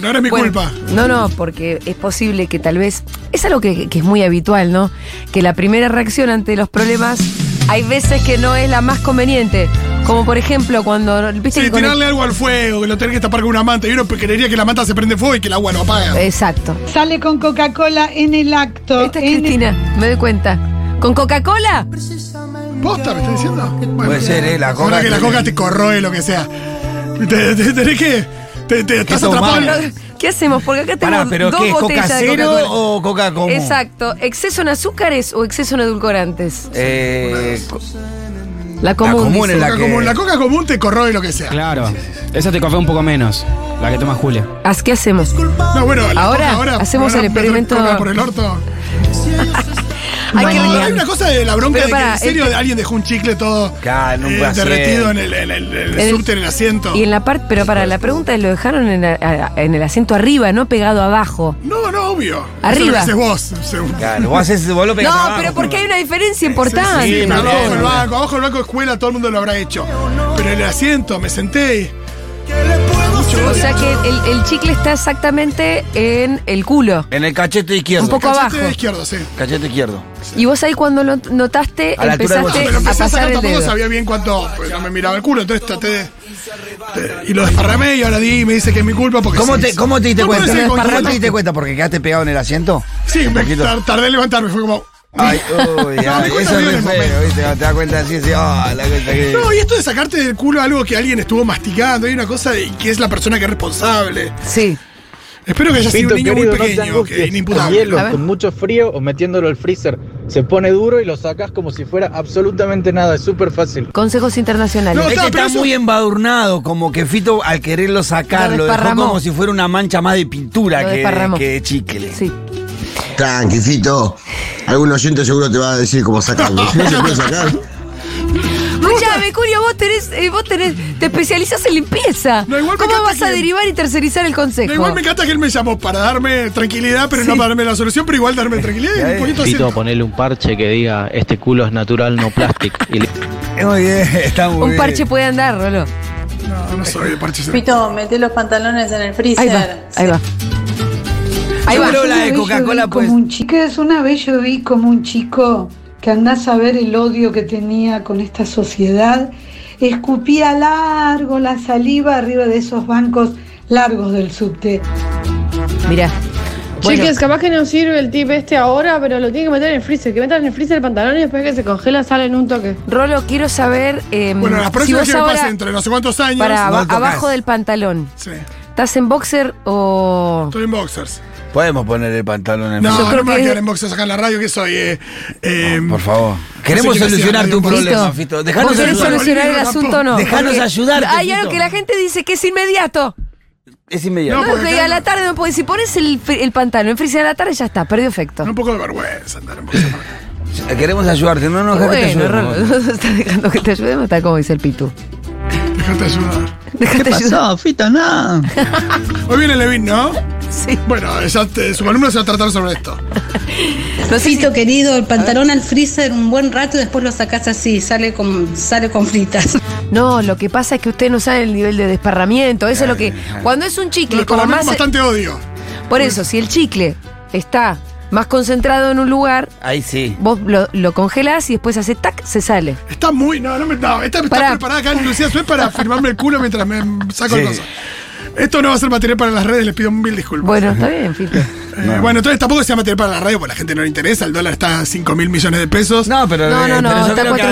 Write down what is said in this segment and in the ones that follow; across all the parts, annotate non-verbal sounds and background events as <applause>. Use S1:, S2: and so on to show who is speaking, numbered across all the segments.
S1: no era mi
S2: Bueno,
S1: culpa.
S2: No, no, porque es posible que tal vez. Es algo que, que es muy habitual, ¿no? Que la primera reacción ante los problemas hay veces que no es la más conveniente. Como por ejemplo cuando. ¿viste
S1: Sí,
S2: que con el-
S1: tirarle algo al fuego, que lo tenés que tapar con una manta. Y uno creería que la manta se prende fuego y que el agua lo apaga.
S2: Eh. Exacto.
S3: Sale con Coca-Cola en el acto.
S2: Esta es
S3: en el-
S2: Cristina, me doy cuenta. ¿Con Coca-Cola?
S1: ¿Posta me estás diciendo? Bueno.
S4: Puede ser, ¿eh?
S1: La
S4: La
S1: verdad
S4: coca.
S1: que la coca te corroe lo que sea. Te, te- tenés que. Te, te- estás
S4: tomar.
S1: atrapado. en la-
S2: ¿Qué hacemos? Porque acá tenemos
S4: Pará, pero
S2: dos
S4: ¿qué es?
S2: botellas
S4: ¿Coca
S2: de
S4: cero
S2: Coca-Cola.
S4: o Coca como?
S2: Exacto. ¿Exceso en azúcares o exceso en edulcorantes?
S4: Eh, co-
S2: La común.
S4: común
S2: dice.
S4: es
S1: La
S4: La
S1: coca,
S4: que-
S1: común, la coca común te corroe lo que sea.
S5: Claro. Esa te cofé un poco menos. La que toma Julia.
S2: As- ¿Qué hacemos?
S1: No, bueno, la
S2: Ahora
S1: coca
S2: hacemos
S1: ahora
S2: el
S1: meter
S2: experimento-
S1: coca por el orto.
S2: Hay
S1: No,
S2: que
S1: hay
S2: retirar.
S1: una cosa de la bronca
S2: Pero
S1: de que
S2: pará,
S1: en serio alguien dejó un chicle todo
S4: Claá, en un
S1: eh,
S4: asiento.
S1: derretido en el, en el- en el
S2: En el-
S1: subte, en el asiento.
S2: Y en la parte, pero para la pregunta es, lo dejaron en, la- a- en el asiento arriba, no pegado abajo.
S1: No, no, obvio.
S2: Arriba.
S1: Eso lo haces vos. seguro.
S4: Claro, vos haces, vos lo
S2: no,
S4: pegás abajo,
S2: pero porque
S4: ¿no?
S2: hay una diferencia
S1: Sí,
S2: importante.
S1: sí, pero
S4: no,
S1: abajo
S4: no,
S1: el
S4: no.
S1: banco, abajo el banco de escuela, todo el mundo lo habrá hecho. Pero en el asiento me senté y.
S2: o sea que el, el chicle está exactamente en el culo.
S4: En el cachete izquierdo.
S2: Un poco
S1: Cachete
S2: abajo.
S1: izquierdo, sí.
S4: Cachete izquierdo.
S2: Y vos ahí cuando lo notaste,
S4: A la altura
S2: empezaste
S4: del bolsillo.
S1: Pero
S2: a
S1: empecé a
S2: pasar
S1: sacar
S2: el
S1: tampoco
S2: dedo.
S1: sabía bien cuánto. Porque no me miraba el culo, entonces traté de. de- y lo desparramé y ahora di y me dice que es mi culpa porque.
S4: ¿Cómo
S1: sí,
S4: te,
S1: sí.
S4: ¿Cómo te diste
S1: No
S4: cuenta?
S1: puedo decir con
S4: ¿Cómo
S1: culpa.
S4: te diste cuenta? ¿Porque quedaste pegado en el asiento?
S1: Sí, me
S4: Poquito.
S1: tar- tardé en levantarme, fue como.
S4: Ay,
S1: No,
S4: uy,
S1: me
S4: ay,
S1: cuesta
S4: eso
S1: bien
S4: es re
S1: el
S4: feo,
S1: momento.
S4: ¿viste? Te das cuenta así, así, ah, la cosa que...
S1: No, y esto de sacarte del culo algo que alguien estuvo masticando, hay una cosa de que es la persona que es responsable.
S2: Sí.
S1: Espero que haya sido un
S6: Pinto,
S1: niño muy
S6: querido, no te
S1: pequeño,
S6: angusties.
S1: que
S6: Con
S1: inimputable.
S6: hielo,
S2: A ver.
S6: con mucho frío o metiéndolo al freezer. Se pone duro y lo sacas como si fuera absolutamente nada. Es súper fácil.
S2: Consejos internacionales.
S1: No,
S4: Es
S1: está,
S4: que
S1: pero
S4: está
S1: eso-
S4: muy embadurnado, como que Fito al quererlo sacar,
S2: Lo
S4: lo, dejó
S2: desparramó.
S4: como si fuera una mancha más de pintura
S2: Lo
S4: que,
S2: desparramó.
S4: que de chicle.
S2: Sí.
S7: Tranqui, Fito. Algún oyente seguro te va a decir cómo
S2: <laughs>
S7: sacarlo. Si no se puede sacar,
S2: Escuchame, Curio, vos tenés, eh, vos tenés, te especializás en limpieza.
S1: No, igual me
S2: ¿Cómo
S1: encanta
S2: vas a
S1: que-
S2: derivar y tercerizar el consejo?
S1: No, igual me encanta que él me llamó para darme tranquilidad, pero no para darme la solución, pero igual darme tranquilidad y un poquito así.
S8: Pito, ponerle un parche que diga, este culo es natural, no plástico. Y le-
S4: Muy bien, <laughs> está muy
S2: Un
S4: bien.
S2: parche puede andar, Rolo.
S1: No, no soy de parches.
S9: Pito, metí los pantalones en el freezer.
S2: Ahí va, ahí va. Ahí
S4: Yo
S2: va.
S4: creo la de Coca-Cola, pues.
S10: Como un chico, es una vez yo vi como un chico que andás a ver el odio que tenía con esta sociedad, escupía largo la saliva arriba de esos bancos largos del subte.
S2: Mirá. Bueno,
S11: Chiques, capaz que no sirve el tip este ahora, pero lo tiene que meter en el freezer. Que metan en el freezer el pantalón y después que se congela sale en un toque.
S2: Rolo, quiero saber. eh,
S1: Bueno, las
S2: si
S1: próximas
S2: vos
S1: que me
S2: ahora,
S1: pase entre no sé cuántos años.
S2: para
S4: no
S2: aba-
S4: tocás.
S2: abajo del pantalón,
S1: Sí,
S2: ¿estás en boxer o.?
S1: estoy en boxers.
S4: Podemos poner el pantalón en
S1: No,
S4: el
S1: no
S2: creo
S1: me voy a
S2: que-
S1: quedar en boxers acá en la radio, que soy. Eh, eh,
S4: Por favor. Queremos
S1: qué me
S4: solucionar
S1: hacía
S4: tu
S1: radio,
S4: problema,
S2: Fito.
S4: Fito.
S2: ¿Vos
S4: Dejanos
S1: Vamos a
S2: querés
S1: ayudar.
S4: ayudar.
S2: solucionar el
S1: Olivia,
S2: asunto
S1: tampoco.
S2: o no?
S4: Dejanos
S2: Porque
S4: ayudarte,
S2: Hay algo
S4: Fito.
S2: que la gente dice que es inmediato.
S4: Es inmediato.
S1: No,
S2: No,
S1: porque
S2: de
S1: acá-
S2: a la tarde no podés. Si pones el, fri- el pantalón en freezer a la tarde, ya está, perdió efecto.
S1: un poco de vergüenza andar en boxers.
S4: Eh, Queremos ayudarte. No nos dejes que te
S2: bueno, <laughs>
S4: ayudemos.
S2: Rolo, ¿no estás dejando que te ayudemos? Está como dice el Pitu.
S1: Dejate ayudar.
S2: Dejate ayudar.
S6: Fito? No.
S1: Hoy viene Levin, ¿no?
S2: Sí.
S1: Bueno, ya te- su alumno se va a tratar sobre esto.
S2: No sé si-
S10: Fito querido, el pantalón al freezer un buen rato y después lo sacás así, sale con, sale con fritas.
S2: No, lo que pasa es que usted no sabe el nivel de desparramiento. Eso es lo que. Cuando es un chicle,
S1: Pero
S2: como
S1: para mí
S2: más.
S1: es bastante odio.
S2: Por eso, si el chicle está más concentrado en un lugar,
S4: Ahí sí.
S2: vos lo, lo congelás y después hace tac, se sale.
S1: Está muy. No, no me. No, esta está
S2: Pará.
S1: preparada acá en Lucía Suez
S2: <laughs>
S1: para firmarme el culo mientras me saco el
S4: Sí.
S1: coso. Esto no va a ser material para las redes, les pido un mil disculpas.
S2: Bueno, está bien, Fito.
S1: Eh, bueno, entonces tampoco sea material para la radio, porque a la gente no le interesa. El dólar está a 5 mil millones de pesos.
S4: No, pero. eh,
S2: No, no, no,
S4: pero yo
S2: está
S4: creo que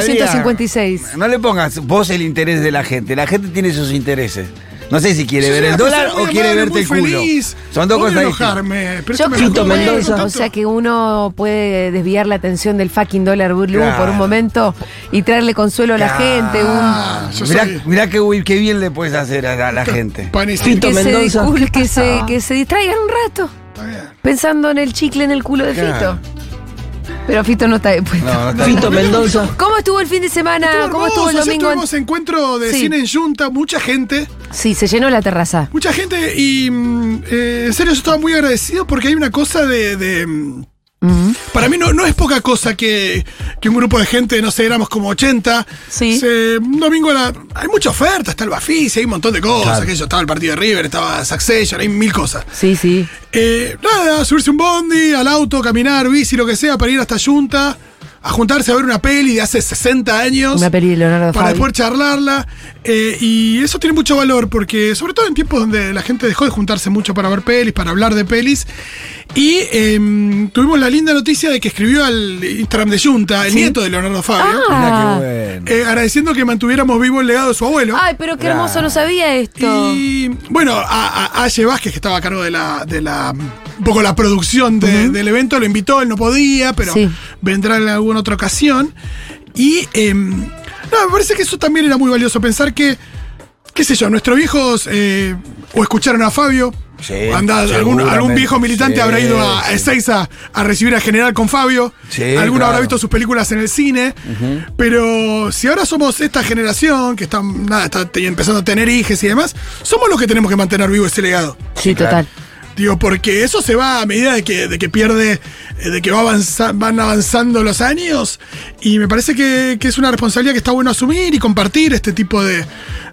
S2: 456.
S4: habría- No le pongas vos el interés de la gente. La gente tiene sus intereses. No sé si quiere
S1: Yo soy
S4: ver el
S1: una
S4: dólar
S1: persona
S4: o
S1: muy
S4: quiere
S1: amable,
S4: verte el
S1: muy
S4: culo.
S1: feliz.
S4: Son dos
S1: Odio
S4: cosas distintas.
S1: enojarme, pero
S2: Yo
S1: esto me
S2: Fito
S1: enojó
S2: Mendoza.
S1: tanto.
S2: O sea que uno puede desviar la atención del fucking dólar blue por
S4: Claro.
S2: un momento y traerle consuelo a la gente. Un,
S1: Ah, yo
S4: mirá,
S1: soy-
S4: mirá qué, wi- qué bien le puedes hacer a la, a la gente.
S2: Ah,
S1: Panecito.
S2: que, se, discul- que, se, que se distraigan un rato
S1: Está bien.
S2: pensando en el chicle en el culo de Fito.
S4: Claro.
S2: Pero Fito no está dispuesto.
S4: No, no está bien.
S6: Mendoza.
S2: ¿Cómo estuvo el fin de semana? ¿Cómo estuvo el
S1: Hermoso, ayer
S2: domingo?
S1: Tuvimos encuentro de
S2: Sí.
S1: cine en Junta, mucha gente.
S2: Sí, se llenó la terraza.
S1: Mucha gente y mm, eh, en serio yo estaba muy agradecido porque hay una cosa de, de, mm, Para mí no, no es poca cosa que, que un grupo de gente, no sé, éramos como 80.
S2: Sí.
S1: se- un domingo a la- hay mucha oferta, está el Bafisi, hay un montón de cosas.
S4: Claro.
S1: que yo estaba el partido de River, estaba Succession, hay mil cosas.
S2: Sí, sí.
S1: Eh, nada, subirse un bondi, al auto, caminar, bici, lo que sea, para ir hasta Junta, a juntarse a ver una peli de hace 60 años.
S2: Una peli de Leonardo
S1: para
S2: Fabi.
S1: después charlarla. eh, y eso tiene mucho valor, porque sobre todo en tiempos donde la gente dejó de juntarse mucho para ver pelis, para hablar de pelis. Y em, tuvimos la linda noticia de que escribió al Instagram de Junta, el nieto de Leonardo Fabio,
S4: Mirá
S2: Ah.
S4: qué bueno.
S1: eh, agradeciendo que mantuviéramos vivo el legado de su abuelo.
S2: Ay, pero qué hermoso, no sabía esto.
S1: Y bueno, a, a- Aye Vázquez, que estaba a cargo de la, de la un poco la producción de- del evento, lo invitó, él no podía, pero
S2: Sí.
S1: vendrá en alguna otra ocasión. Y em, no, me parece que eso también era muy valioso, pensar que, qué sé yo, nuestros viejos eh, o escucharon a Fabio.
S4: Sí,
S1: andá, algún, algún
S4: seguramente.
S1: viejo militante
S4: Sí,
S1: habrá ido a
S4: sí.
S1: Ezeiza a recibir a General con Fabio.
S4: Sí,
S1: Alguno habrá
S4: claro.
S1: visto sus películas en el cine. Pero si ahora somos esta generación que está, nada, está te- empezando a tener hijos y demás, somos los que tenemos que mantener vivo ese legado.
S2: Sí,
S4: claro.
S2: total.
S1: Digo, porque eso se va a medida de que, de que pierde, eh, de que va avanza- van avanzando los años. Y me parece que, que es una responsabilidad que está bueno asumir y compartir este tipo de,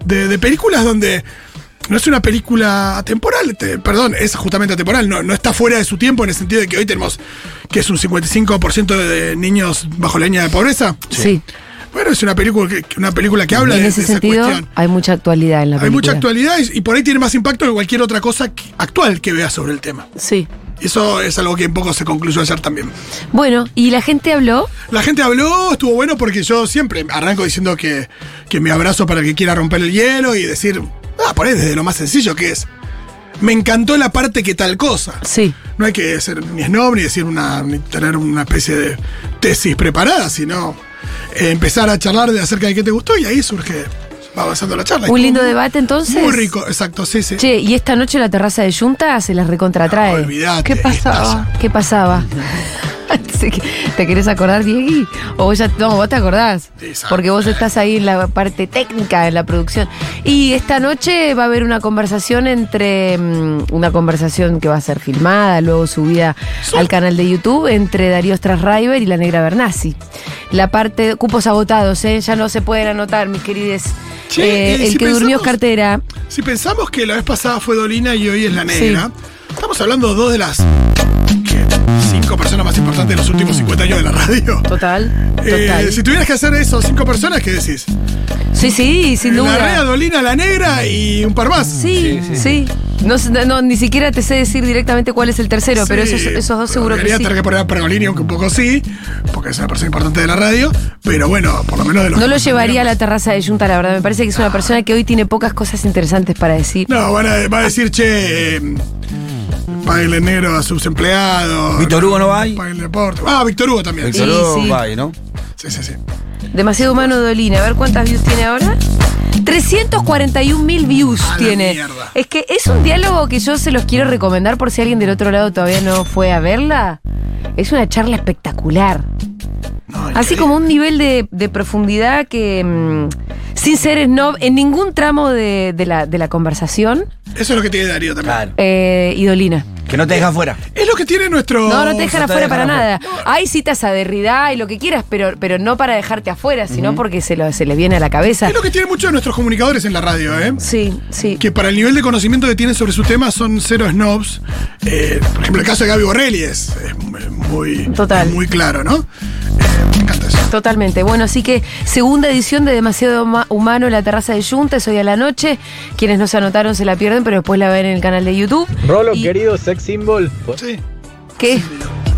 S1: de- de películas donde no es una película atemporal, te- perdón, es justamente atemporal, no, no está fuera de su tiempo en el sentido de que hoy tenemos que es un 55% de niños bajo la línea de pobreza.
S2: Sí.
S1: Bueno, es una película que, que- una película que
S2: Y
S1: habla
S2: en
S1: de,
S2: ese
S1: de esa
S2: sentido,
S1: cuestión.
S2: hay mucha actualidad en la
S1: Hay mucha
S2: película.
S1: actualidad y, y por ahí tiene más impacto que cualquier otra cosa que- actual que veas sobre el tema.
S2: Sí.
S1: Eso es algo que un poco se concluyó ayer también.
S2: Bueno, ¿y la gente habló?
S1: La gente habló, estuvo bueno porque yo siempre arranco diciendo que, que mi abrazo para el que quiera romper el hielo y decir, ah, por ahí desde lo más sencillo que es. Me encantó la parte que tal cosa.
S2: Sí.
S1: No hay que ser ni snob ni decir una, ni tener una especie de tesis preparada, sino eh, empezar a charlar de acerca de qué te gustó y ahí surge, va avanzando la charla.
S2: Un
S1: Y
S2: lindo
S1: estuvo
S2: debate entonces.
S1: Muy rico, exacto, sí, sí.
S2: Che, y esta noche la terraza de Junta se las recontratrae.
S1: No, olvidate,
S2: ¿Qué pasaba?
S1: estás- <laughs>
S2: ¿Qué pasaba? Así que, ¿Te querés acordar, Diegui? O vos ya, no, vos te acordás.
S1: Exacto.
S2: Porque vos estás ahí en la parte técnica, en la producción. Y esta noche va a haber una conversación entre. mm, Una conversación que va a ser filmada, luego subida al canal de YouTube, entre Darío Strasraiber y la Negra Bernasi. La parte. Cupos agotados, ¿eh? Ya no se pueden anotar, mis querides.
S1: Che,
S2: Eh,
S1: y
S2: el
S1: si
S2: que durmió es
S1: pensamos-
S2: cartera.
S1: Si pensamos que la vez pasada fue Dolina y hoy es la negra, estamos hablando de dos de las ¿qué? cinco personas más importantes de los últimos 50 años de la radio.
S2: Total.
S1: Eh,
S2: Total.
S1: si tuvieras que hacer eso, cinco personas, ¿qué decís?
S2: Sí, sí, sin
S1: La Rea,
S2: duda.
S1: Dolina, la negra y un par más.
S2: Sí, sí. No, sé- no, no, ni siquiera te sé decir directamente cuál es el tercero, pero esos, esos dos seguro que
S1: Debería
S2: sí.
S1: tener que poner a Pergolini, aunque un poco sí, porque es una persona importante de la radio, pero bueno, por lo menos de los
S2: No lo llevaría a la terraza de Junta, la verdad. Me parece que es una persona que hoy tiene pocas cosas interesantes para decir.
S1: No, van a- va a decir, che, eh, páguenle negro a sus empleados.
S4: Víctor Hugo no va ahí.
S1: Páguenle deporte. Ah, Víctor Hugo también.
S4: Víctor
S2: Sí,
S4: Hugo
S2: sí.
S4: va ahí, ¿no?
S1: Sí, sí, sí.
S2: Demasiado humano Dolina. A ver cuántas views tiene ahora. 341 mil views
S1: A la
S2: tiene.
S1: mierda.
S2: Es que es un diálogo que yo se los quiero recomendar por si alguien del otro lado todavía no fue a verla. Es una charla espectacular.
S1: No,
S2: Así
S1: increíble.
S2: como un nivel de, de profundidad que, mm, sin ser snob, en ningún tramo de, de la, de la conversación,
S1: Eso es lo que tiene Darío también.
S4: Claro.
S2: eh, idolina.
S4: Que no te deja fuera.
S1: Es lo que tiene nuestro.
S2: No, no te dejan
S4: no te
S2: afuera
S4: dejan
S2: para nada.
S4: afuera.
S2: Hay citas a Derrida y lo que quieras, pero, pero no para dejarte afuera, sino porque se, lo, se le viene a la cabeza.
S1: Es lo que tienen muchos de nuestros comunicadores en la radio, ¿eh?
S2: Sí, sí.
S1: Que para el nivel de conocimiento que tienen sobre su tema son cero snobs. Eh, por ejemplo, el caso de Gaby Borrelli es, es muy,
S2: Total.
S1: es muy claro, ¿no? Eh, me encanta eso.
S2: Totalmente. Bueno, así que segunda edición de Demasiado Huma- Humano en la terraza de Junta, es hoy a la noche. Quienes no se anotaron se la pierden, pero después la ven en el canal de YouTube.
S6: <laughs> Rolo,
S2: Y-
S6: querido sex symbol, po-
S1: Sí.
S2: ¿Qué?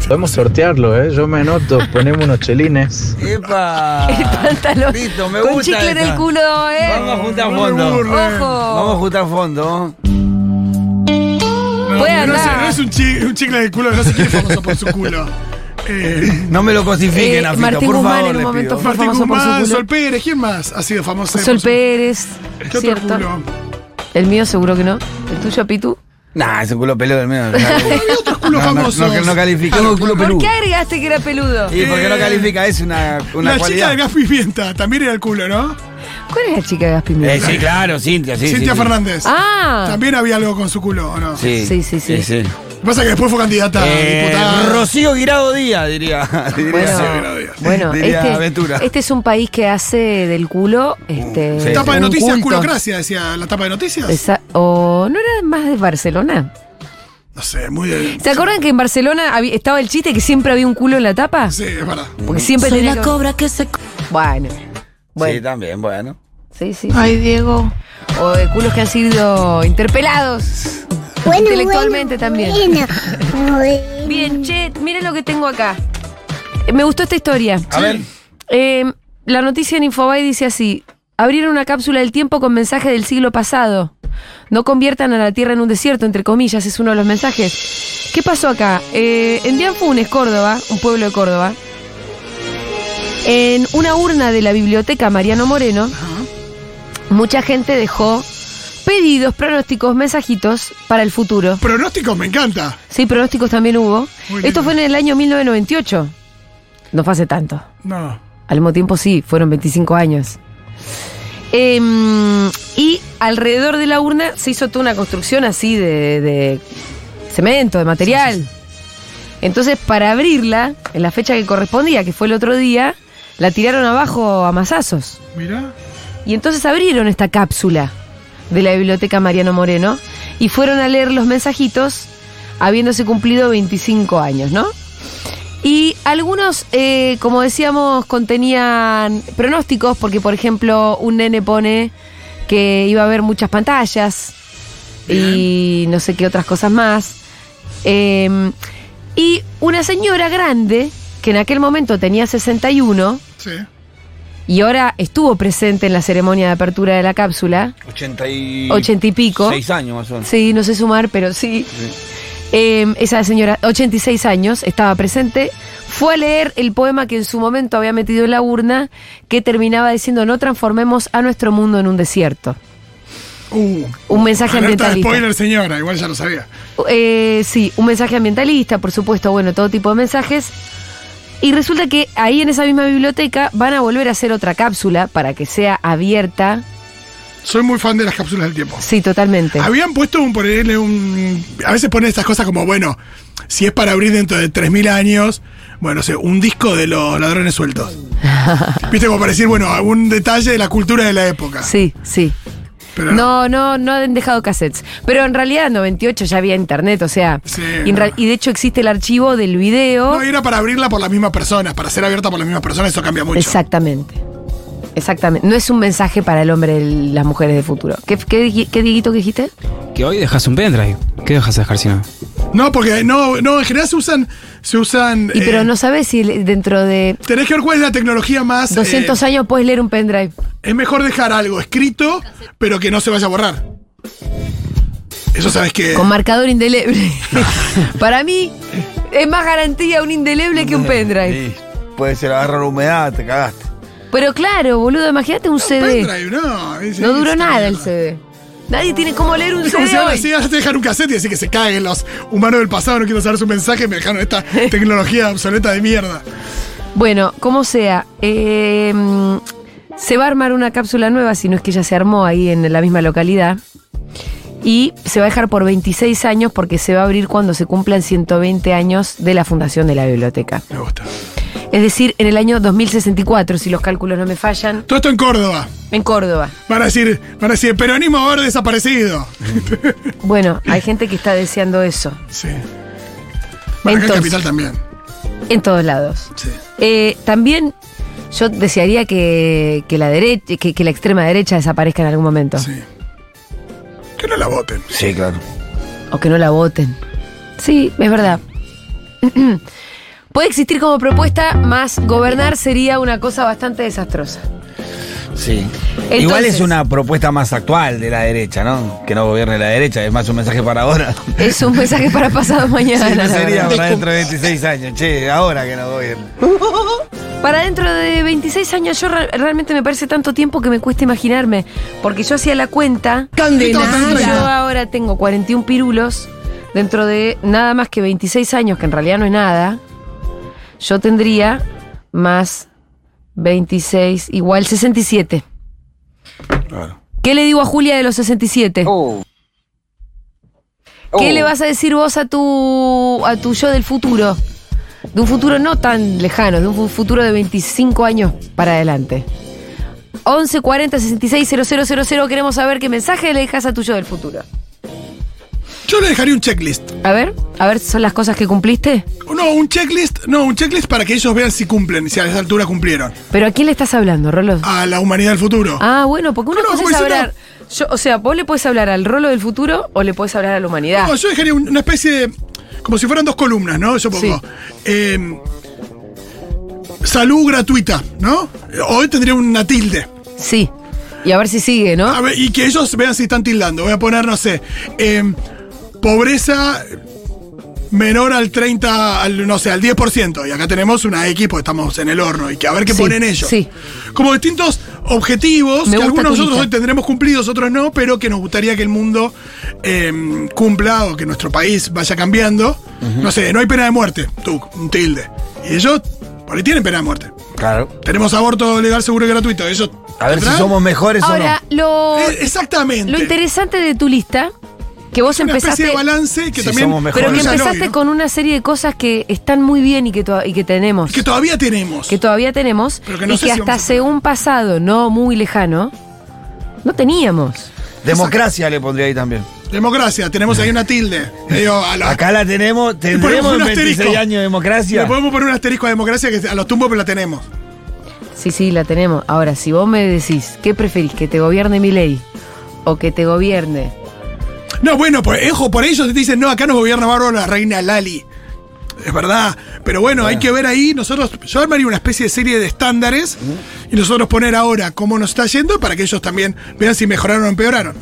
S6: podemos sortearlo, ¿eh? Yo me anoto, ponemos unos chelines.
S4: ¡Epa!
S2: <laughs> El pantalón.
S4: Ah. Listo, me
S2: con
S4: gusta
S2: chicle en el
S4: esta.
S2: culo, ¿eh?
S4: Vamos a juntar
S1: No me
S4: fondo.
S1: aburre.
S4: Vamos a
S2: Ojo.
S4: juntar fondo.
S1: No,
S2: Puede
S1: no, es,
S2: andar.
S1: no es un, chi- un chicle de culo, no se quiere famoso por su culo.
S2: <laughs>
S1: Eh,
S4: No me lo cosifiquen,
S2: Eh,
S4: Afito,
S2: Martín
S4: por
S2: Guzmán
S4: favor.
S2: en un
S4: les
S2: momento
S4: pido.
S2: fue-
S1: Martín
S2: famoso por su
S1: Guzmán,
S2: culo.
S1: Sol Pérez, ¿quién más ha sido famoso?
S2: Sol
S1: por su-
S2: Pérez.
S1: ¿Qué otro
S2: ¿cierto?
S1: culo?
S2: El mío seguro que no. ¿El tuyo, Pitu?
S4: Nah, es un culo peludo el mío.
S2: <laughs>
S4: No,
S1: otros culos
S4: no, no,
S1: famosos.
S4: No, no calificamos culo
S2: ¿Por
S4: peludo.
S2: qué
S4: Eh.
S2: agregaste que era peludo?
S4: Y porque no califica, es una, una
S1: la chica
S4: cualidad.
S1: de Gas Pimienta también era el culo, ¿no?
S2: ¿Cuál es la chica de gas pimienta?
S4: Eh, sí, claro, Cintia, sí.
S1: Cintia
S4: sí, sí.
S1: Fernández.
S2: Ah.
S1: También había algo con su culo, ¿o no?
S4: Sí,
S2: Sí, sí, sí.
S4: sí, sí.
S1: Pasa que después fue candidata a
S4: Eh,
S1: diputada.
S4: Rocío Guirado Díaz, diría. diría
S1: Bueno,
S2: Bueno,
S4: diría
S2: este,
S4: Ventura.
S2: este es un país que hace del culo. Este,
S4: sí.
S1: Tapa de
S2: un
S1: noticias,
S2: culto.
S1: culocracia, decía la tapa de noticias.
S2: Esa- o no era más de Barcelona.
S1: No sé, muy de.
S2: ¿Se acuerdan que en Barcelona había- estaba el chiste que siempre había un culo en la tapa?
S1: Sí, es verdad.
S2: Porque siempre
S9: Soy
S2: tenía
S9: la
S2: que-
S9: cobra que se...
S2: Bueno,
S4: Sí,
S2: bueno,
S4: también, bueno.
S2: sí, sí.
S9: Ay, Diego.
S2: O de culos que han sido interpelados. intelectualmente también. <laughs> Bien, che, miren lo que tengo acá. Eh, Me gustó esta historia.
S4: A ver.
S2: Eh, la noticia en Infobay dice así: abrieron una cápsula del tiempo con mensaje del siglo pasado. No conviertan a la Tierra en un desierto, entre comillas, es uno de los mensajes. ¿Qué pasó acá? Eh, en Dianfunes, Córdoba, un pueblo de Córdoba, en una urna de la biblioteca Mariano Moreno, mucha gente dejó pedidos, pronósticos, mensajitos para el futuro.
S1: Pronósticos me encanta.
S2: Sí, pronósticos también hubo.
S1: Muy
S2: Esto
S1: lindo.
S2: fue en el año 1998. No fue hace tanto.
S1: No.
S2: Al mismo tiempo sí, fueron 25 años. Em, y alrededor de la urna se hizo toda una construcción así de, de cemento, de material. Entonces, para abrirla, en la fecha que correspondía, que fue el otro día, la tiraron abajo a mazazos.
S1: Mirá.
S2: Y entonces abrieron esta cápsula de la biblioteca Mariano Moreno y fueron a leer los mensajitos habiéndose cumplido 25 años, ¿no? Y algunos, eh, como decíamos, contenían pronósticos, porque por ejemplo un nene pone que iba a haber muchas pantallas y no sé qué otras cosas más. Eh, y una señora grande, que en aquel momento tenía 61,
S1: Sí.
S2: y ahora estuvo presente en la ceremonia de apertura de la cápsula.
S4: 80 y...
S2: Ochenta y pico.
S4: Seis años más o menos.
S2: Sí, no sé sumar, pero sí. Eh, esa señora, 86 años, estaba presente. Fue a leer el poema que en su momento había metido en la urna, que terminaba diciendo: No transformemos a nuestro mundo en un desierto.
S1: Uh,
S2: Un mensaje
S1: alerta de
S2: ambientalista.
S1: spoiler, señora. Igual ya lo sabía.
S2: Eh, sí, un mensaje ambientalista, por supuesto, bueno, todo tipo de mensajes. Y resulta que ahí en esa misma biblioteca van a volver a hacer otra cápsula para que sea abierta.
S1: Soy muy fan de las cápsulas del tiempo.
S2: Sí, totalmente.
S1: Habían puesto un ponerle un. A veces ponen estas cosas como, bueno, si es para abrir dentro de 3.000 años, bueno, no sé, un disco de los ladrones
S2: <laughs>
S1: sueltos. Viste, como para decir, bueno, algún detalle de la cultura de la época.
S2: Sí, sí.
S1: Pero
S2: No, no, no han dejado cassettes. Pero en realidad en 98 ya había internet, o sea.
S1: Sí,
S2: y, en ra-
S1: no.
S2: y de hecho existe el archivo del video.
S1: No, era para abrirla por las mismas personas, para ser abierta por las mismas personas, eso cambia mucho.
S2: Exactamente. Exactamente. No es un mensaje para el hombre y las mujeres del futuro. ¿Qué, qué, dij- qué diguito que dijiste?
S5: Que hoy dejas un pendrive. ¿Qué dejas de dejar si no?
S1: No, porque no, no, en general se usan, se usan.
S2: Y
S1: eh,
S2: pero no sabes si le- dentro de
S1: Tenés que ver cuál es la tecnología más. eh,
S2: 200 años puedes leer un pendrive.
S1: es mejor dejar algo escrito, pero que no se vaya a borrar. Eso sabes que.
S2: Con
S1: <laughs>
S2: marcador indeleble. para mí es más garantía un indeleble que un pendrive.
S4: Sí. Puede ser agarrar humedad, te cagaste.
S2: Pero claro, boludo, imagínate un CD.
S1: Pendrive, no. es-
S2: No
S1: es
S2: duró
S1: esta
S2: nada el
S1: mierda.
S2: CD. Nadie tiene cómo leer un
S1: Es como si
S2: CD
S1: ahora
S2: hoy.
S1: sí, ahora te dejan un cassette y decir que se caguen los humanos del pasado, no quiero saber su mensaje, me dejaron
S2: <laughs>
S1: esta tecnología obsoleta de mierda.
S2: Bueno, como sea, eh, se va a armar una cápsula nueva, si no es que ya se armó ahí en la misma localidad. Y se va a dejar por 26 años porque se va a abrir cuando se cumplan 120 años de la fundación de la biblioteca.
S1: Me gusta.
S2: Es decir, en el año 2064, si los cálculos no me fallan,
S1: Todo esto en Córdoba.
S2: en Córdoba.
S1: Van a decir, van a decir, peronismo va a haber desaparecido.
S2: Bueno, hay gente que está deseando eso.
S1: sí. Bueno, acá en
S2: Entonces.
S1: Capital también.
S2: En todos lados.
S1: Sí.
S2: Eh, también yo desearía que, que la derecha, que, que la extrema derecha desaparezca en algún momento.
S1: Sí. Que no la voten.
S4: Sí, claro.
S2: O que no la voten. Sí, es verdad. <clears throat> Puede existir como propuesta, más gobernar sería una cosa bastante desastrosa.
S4: Sí.
S2: Entonces-
S4: Igual es una propuesta más actual de la derecha, ¿no? Que no gobierne la derecha, es más un mensaje
S2: <laughs>
S4: para ahora.
S2: Es un mensaje para pasado mañana.
S4: Sí, no
S2: la
S4: sería
S2: verdad.
S4: para dentro de 26 años, che, ahora que no gobierne.
S2: Para dentro de 26 años, yo re- realmente me parece tanto tiempo que me cuesta imaginarme. Porque yo hacía la cuenta.
S1: Condenada.
S2: Yo ahora tengo 41 pirulos. Dentro de nada más que 26 años, que en realidad no es nada, yo tendría más 26, igual 67. ¿Qué le digo a Julia de los 67? ¿Qué le vas a decir vos a tu, a tu yo del futuro? De un futuro no tan lejano, de un fu- futuro de 25 años para adelante. 11 40 66 000, queremos saber qué mensaje le dejas a tu yo del futuro.
S1: Yo le dejaría un checklist.
S2: A ver, a ver, son las cosas que cumpliste.
S1: No, un checklist, no, un checklist para que ellos vean si cumplen, si a esa altura cumplieron.
S2: ¿Pero a quién le estás hablando, Rolo?
S1: A la humanidad del futuro.
S2: Ah, bueno, porque una
S1: No, no,
S2: cosa
S1: porque
S2: es
S1: si no-
S2: hablar. Yo, o sea, vos le podés hablar al Rolo del futuro o le podés hablar a la humanidad.
S1: No, yo dejaría un- una especie de. como si fueran dos columnas, ¿no? Yo pongo.
S2: Sí.
S1: eh, salud gratuita, ¿no? Hoy tendría una tilde.
S2: Sí. Y a ver si sigue, ¿no?
S1: A ver, y que ellos vean si están tildando. Voy a poner, no sé. eh, pobreza menor al 30, al, no sé, al 10%. Y acá tenemos una X, porque estamos en el horno. Y que a ver qué
S2: Sí,
S1: ponen ellos.
S2: sí.
S1: Como distintos objetivos, que
S2: Me gusta tu
S1: algunos nosotros
S2: lista.
S1: hoy tendremos cumplidos, otros no, pero que nos gustaría que el mundo eh, cumpla o que nuestro país vaya cambiando. No sé, no hay pena de muerte. Tú, un tilde. Y ellos, por ahí tienen pena de muerte.
S4: Claro.
S1: Tenemos aborto legal, seguro y gratuito. Ellos.
S4: A ver si
S1: ¿tendrán?
S4: somos mejores
S2: Ahora, lo,
S1: Eh, Exactamente.
S2: lo interesante de tu lista, que vos
S1: una especie
S2: empezaste.
S1: de balance que
S4: Sí,
S1: también
S4: somos mejores.
S2: Pero que
S1: Pero
S2: empezaste
S1: ya no, ¿no?
S2: con una serie de cosas que están muy bien y que, to- y que tenemos.
S1: que todavía tenemos.
S2: que todavía tenemos.
S1: Pero que no
S2: y
S1: sé
S2: que
S1: si
S2: hasta
S1: vamos a
S2: hace un pasado no muy lejano, no teníamos.
S4: o no. Democracia le pondría ahí también.
S1: democracia, tenemos ahí una tilde. Digo, a la-
S4: Acá la tenemos,
S1: le ponemos
S4: tendremos
S1: un
S4: en
S1: asterisco.
S4: 26 años de democracia.
S1: Le podemos poner un asterisco a democracia que a los tumbos pero la tenemos.
S2: Sí, sí, la tenemos. Ahora, si vos me decís, ¿qué preferís? ¿Que te gobierne mi ley? ¿O que te gobierne?
S1: No, bueno, por, ejo, por ellos te dicen, no, acá nos gobierna bárbaro la reina Lali. Es verdad. Pero bueno, hay que ver ahí, nosotros, yo armaría una especie de serie de estándares y nosotros poner ahora cómo nos está yendo para que ellos también vean si mejoraron o empeoraron.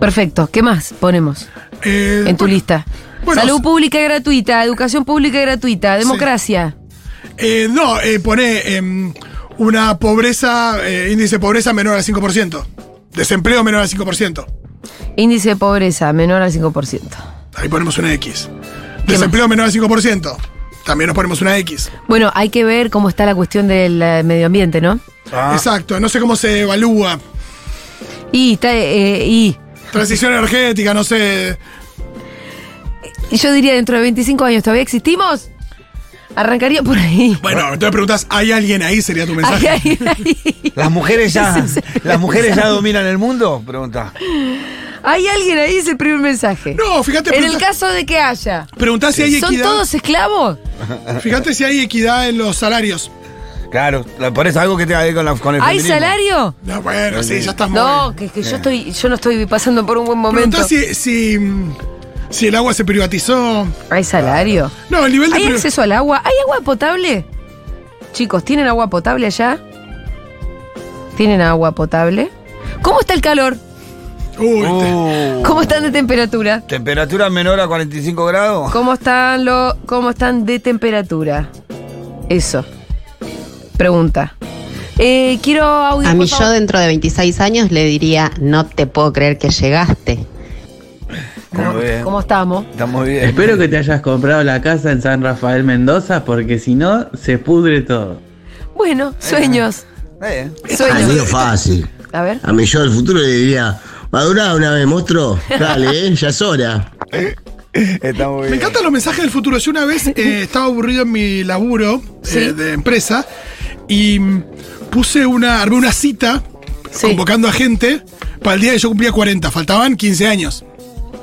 S2: Perfecto. ¿Qué más ponemos
S1: Eh,
S2: en tu
S1: bueno,
S2: lista?
S1: bueno,
S2: Salud
S1: s-
S2: pública gratuita, educación pública gratuita, democracia.
S1: eh, no, eh, pone em, una pobreza, eh, índice de pobreza menor al 5%. Desempleo menor al 5%.
S2: Índice de pobreza menor al 5%.
S1: Ahí ponemos una X. Desempleo menor al 5%. También nos ponemos una X.
S2: Bueno, hay que ver cómo está la cuestión del eh, medio ambiente, ¿no?
S4: Ah,
S1: Exacto, no sé cómo se evalúa.
S2: Y, está, eh, y <laughs>
S1: Transición energética, no sé.
S2: y yo diría dentro de 25 años, ¿todavía existimos? Arrancaría por ahí.
S1: Bueno, entonces preguntas, ¿hay alguien ahí? Sería tu mensaje.
S2: Ahí, ahí, ahí.
S4: ¿Las
S2: <laughs>
S4: mujeres ya,
S2: Ese es el
S4: las
S2: <laughs>
S4: mujeres ya dominan el mundo? Pregunta.
S2: Hay alguien ahí, es el primer mensaje.
S1: No, fíjate,
S2: en el
S1: preguntás,
S2: caso de que haya.
S1: preguntás si hay
S2: ¿Son
S1: equidad.
S2: todos esclavos?
S1: Fíjate si hay equidad en los salarios.
S4: Claro, la- por eso algo que tenga que ver con, la- con el
S2: ¿Hay
S4: feminismo.
S2: salario?
S1: No, bueno, sí, ya estás muy
S2: No,
S1: bien.
S2: que, que yo estoy, yo no estoy pasando por un buen momento.
S1: Preguntás si, si, mm, si el agua se privatizó.
S2: ¿Hay salario?
S1: No, el nivel de.
S2: ¿Hay
S1: pri-
S2: acceso al agua? ¿Hay agua potable? Chicos, ¿tienen agua potable allá? ¿Tienen agua potable? ¿Cómo está el calor?
S1: Uy, te-
S2: Oh.
S4: Uh,
S2: ¿Cómo están de temperatura?
S4: ¿Temperatura menor a 45 grados?
S2: ¿Cómo están, lo, ¿Cómo están de temperatura? Eso. Pregunta. Eh, quiero audio.
S12: A
S2: por
S12: mi
S2: favor.
S12: yo dentro de 26 años le diría, no te puedo creer que llegaste.
S4: Muy bien.
S2: ¿Cómo estamos?
S4: Está muy bien.
S13: Espero que te hayas comprado la casa en San Rafael Mendoza porque si no, se pudre todo.
S2: Bueno, sueños.
S7: Ay,
S4: Eh,
S7: medio
S2: Sueños.
S7: fácil.
S2: A ver.
S7: A mí yo del futuro le diría, madurá una vez, monstruo. Dale, eh, ya es hora.
S4: está muy bien.
S1: Me encantan los mensajes del futuro. Yo una
S2: <laughs>
S1: vez eh, estaba aburrido en mi laburo eh,
S2: Sí.
S1: de empresa y mm, puse una, armé una cita
S2: Sí.
S1: convocando a gente para el día que yo cumplía 40. Faltaban 15 años.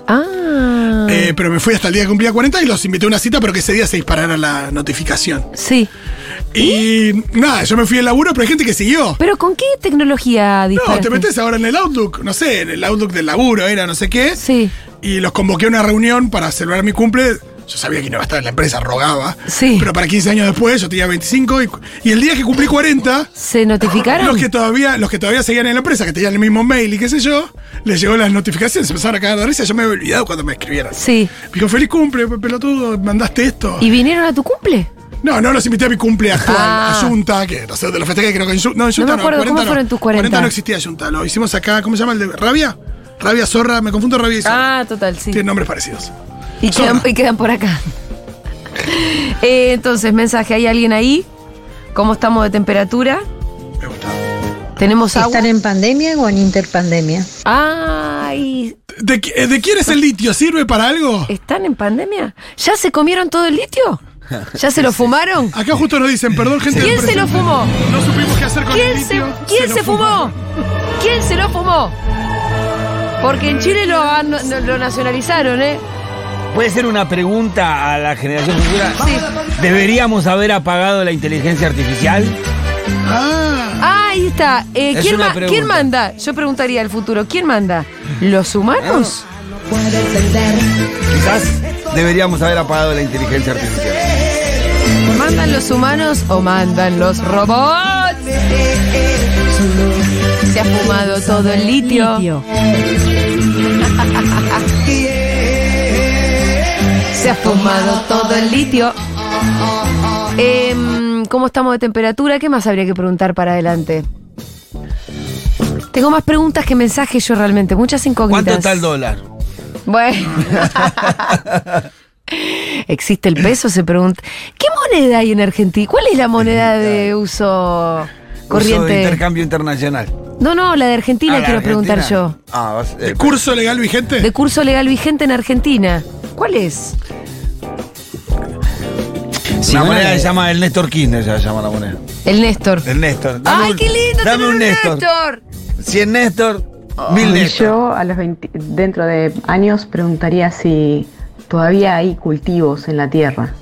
S2: Ah.
S1: Eh, pero me fui hasta el día que cumplía 40 y los invité a una cita, pero que ese día se disparara la notificación.
S2: sí.
S1: Y
S2: ¿Mm?
S1: nada, yo me fui al laburo, pero hay gente que siguió.
S2: ¿Pero con qué tecnología
S1: No,
S2: disparaste?
S1: te metes ahora en el Outlook, no sé, en el Outlook del laburo era, no sé qué.
S2: Sí,
S1: y los convoqué a una reunión para celebrar mi cumple. Yo sabía que no iba a estar en la empresa, rogaba.
S2: Sí.
S1: Pero para 15 años después, yo tenía 25 y, cu- y el día que cumplí 40,
S2: ¿se notificaron?
S1: los que, todavía, los que todavía seguían en la empresa, que tenían el mismo mail y qué sé yo, les llegó las notificaciones, se empezaron a cagar de risa, yo me había olvidado cuando me escribieron.
S2: Sí.
S1: Me Dijo, feliz cumple, pe- pelotudo, mandaste esto.
S2: ¿Y vinieron a tu cumple?
S1: No, no los invité a mi cumple actual,
S2: Ah.
S1: a Junta, que no sé, de los festejé, creo que en Junta. No, en Junta
S2: acuerdo, ¿cómo fueron tus 40?
S1: no existía Junta, lo hicimos acá, ¿cómo se llama el de Rabia? Rabia Zorra, me confundo Rabia y Zorra.
S2: Ah, total, sí.
S1: Tienen nombres parecidos.
S2: Y quedan,
S1: Zorra.
S2: y quedan por acá. Eh, entonces, mensaje, ¿hay alguien ahí? ¿Cómo estamos de temperatura?
S1: Me gusta.
S2: ¿Tenemos agua?
S10: en pandemia o en interpandemia?
S2: Ah, Ay.
S1: ¿De, qui- eh, de quién es el litio? ¿Sirve para algo?
S2: ¿Están en pandemia? ¿Ya se comieron todo el litio? ¿Ya se lo fumaron?
S1: Acá justo nos dicen, perdón, gente.
S2: ¿Quién
S1: del
S2: se lo
S1: presente.
S2: fumó?
S1: No supimos qué hacer con
S2: ¿Quién
S1: el
S2: se,
S1: litio.
S2: ¿quién
S1: lo
S2: se fumó? ¿Quién se lo fumó? Porque en Chile lo, han- lo nacionalizaron, ¿eh?
S4: Puede ser una pregunta a la generación futura. ¿Deberíamos haber apagado la inteligencia artificial?
S1: Ah,
S2: Ah, ahí está. Eh,
S4: Es
S2: ¿quién,
S4: una
S2: ma-
S4: pregunta.
S2: quién manda? Yo preguntaría al futuro, ¿quién manda? ¿Los humanos?
S4: Quizás deberíamos haber apagado la inteligencia artificial.
S2: ¿Mandan los humanos o mandan los robots? Se ha fumado todo el litio. Se ha fumado todo el litio. Em, ¿Cómo estamos de temperatura? ¿Qué más habría que preguntar para adelante? Tengo más preguntas que mensajes yo realmente, muchas incógnitas.
S4: ¿Cuánto está el dólar? <laughs>
S2: Bueno. ¿Existe el peso? Se pregunta. ¿Qué moneda hay en Argentina? ¿Cuál es la moneda de uso
S4: Uso de
S2: corriente?
S4: intercambio internacional.
S2: No, no, la de Argentina
S4: Ah, la
S2: quiero
S4: Argentina.
S2: preguntar yo.
S4: Ah, vas- eh,
S1: ¿Curso legal vigente?
S2: De curso legal vigente en Argentina. ¿Cuál es?
S5: Sí,
S4: una
S5: bueno,
S4: moneda
S5: la-
S4: que se llama el Néstor Kirchner, se llama la moneda.
S2: El Néstor.
S4: eh. El Néstor. Eh, Dame
S2: ¡Ay,
S4: un-
S2: qué lindo!
S4: Dame
S2: tener
S4: un Néstor. 100 Néstor, 1000 Néstor.
S12: Yo a los 20 dentro de años preguntaría si todavía hay cultivos en la tierra.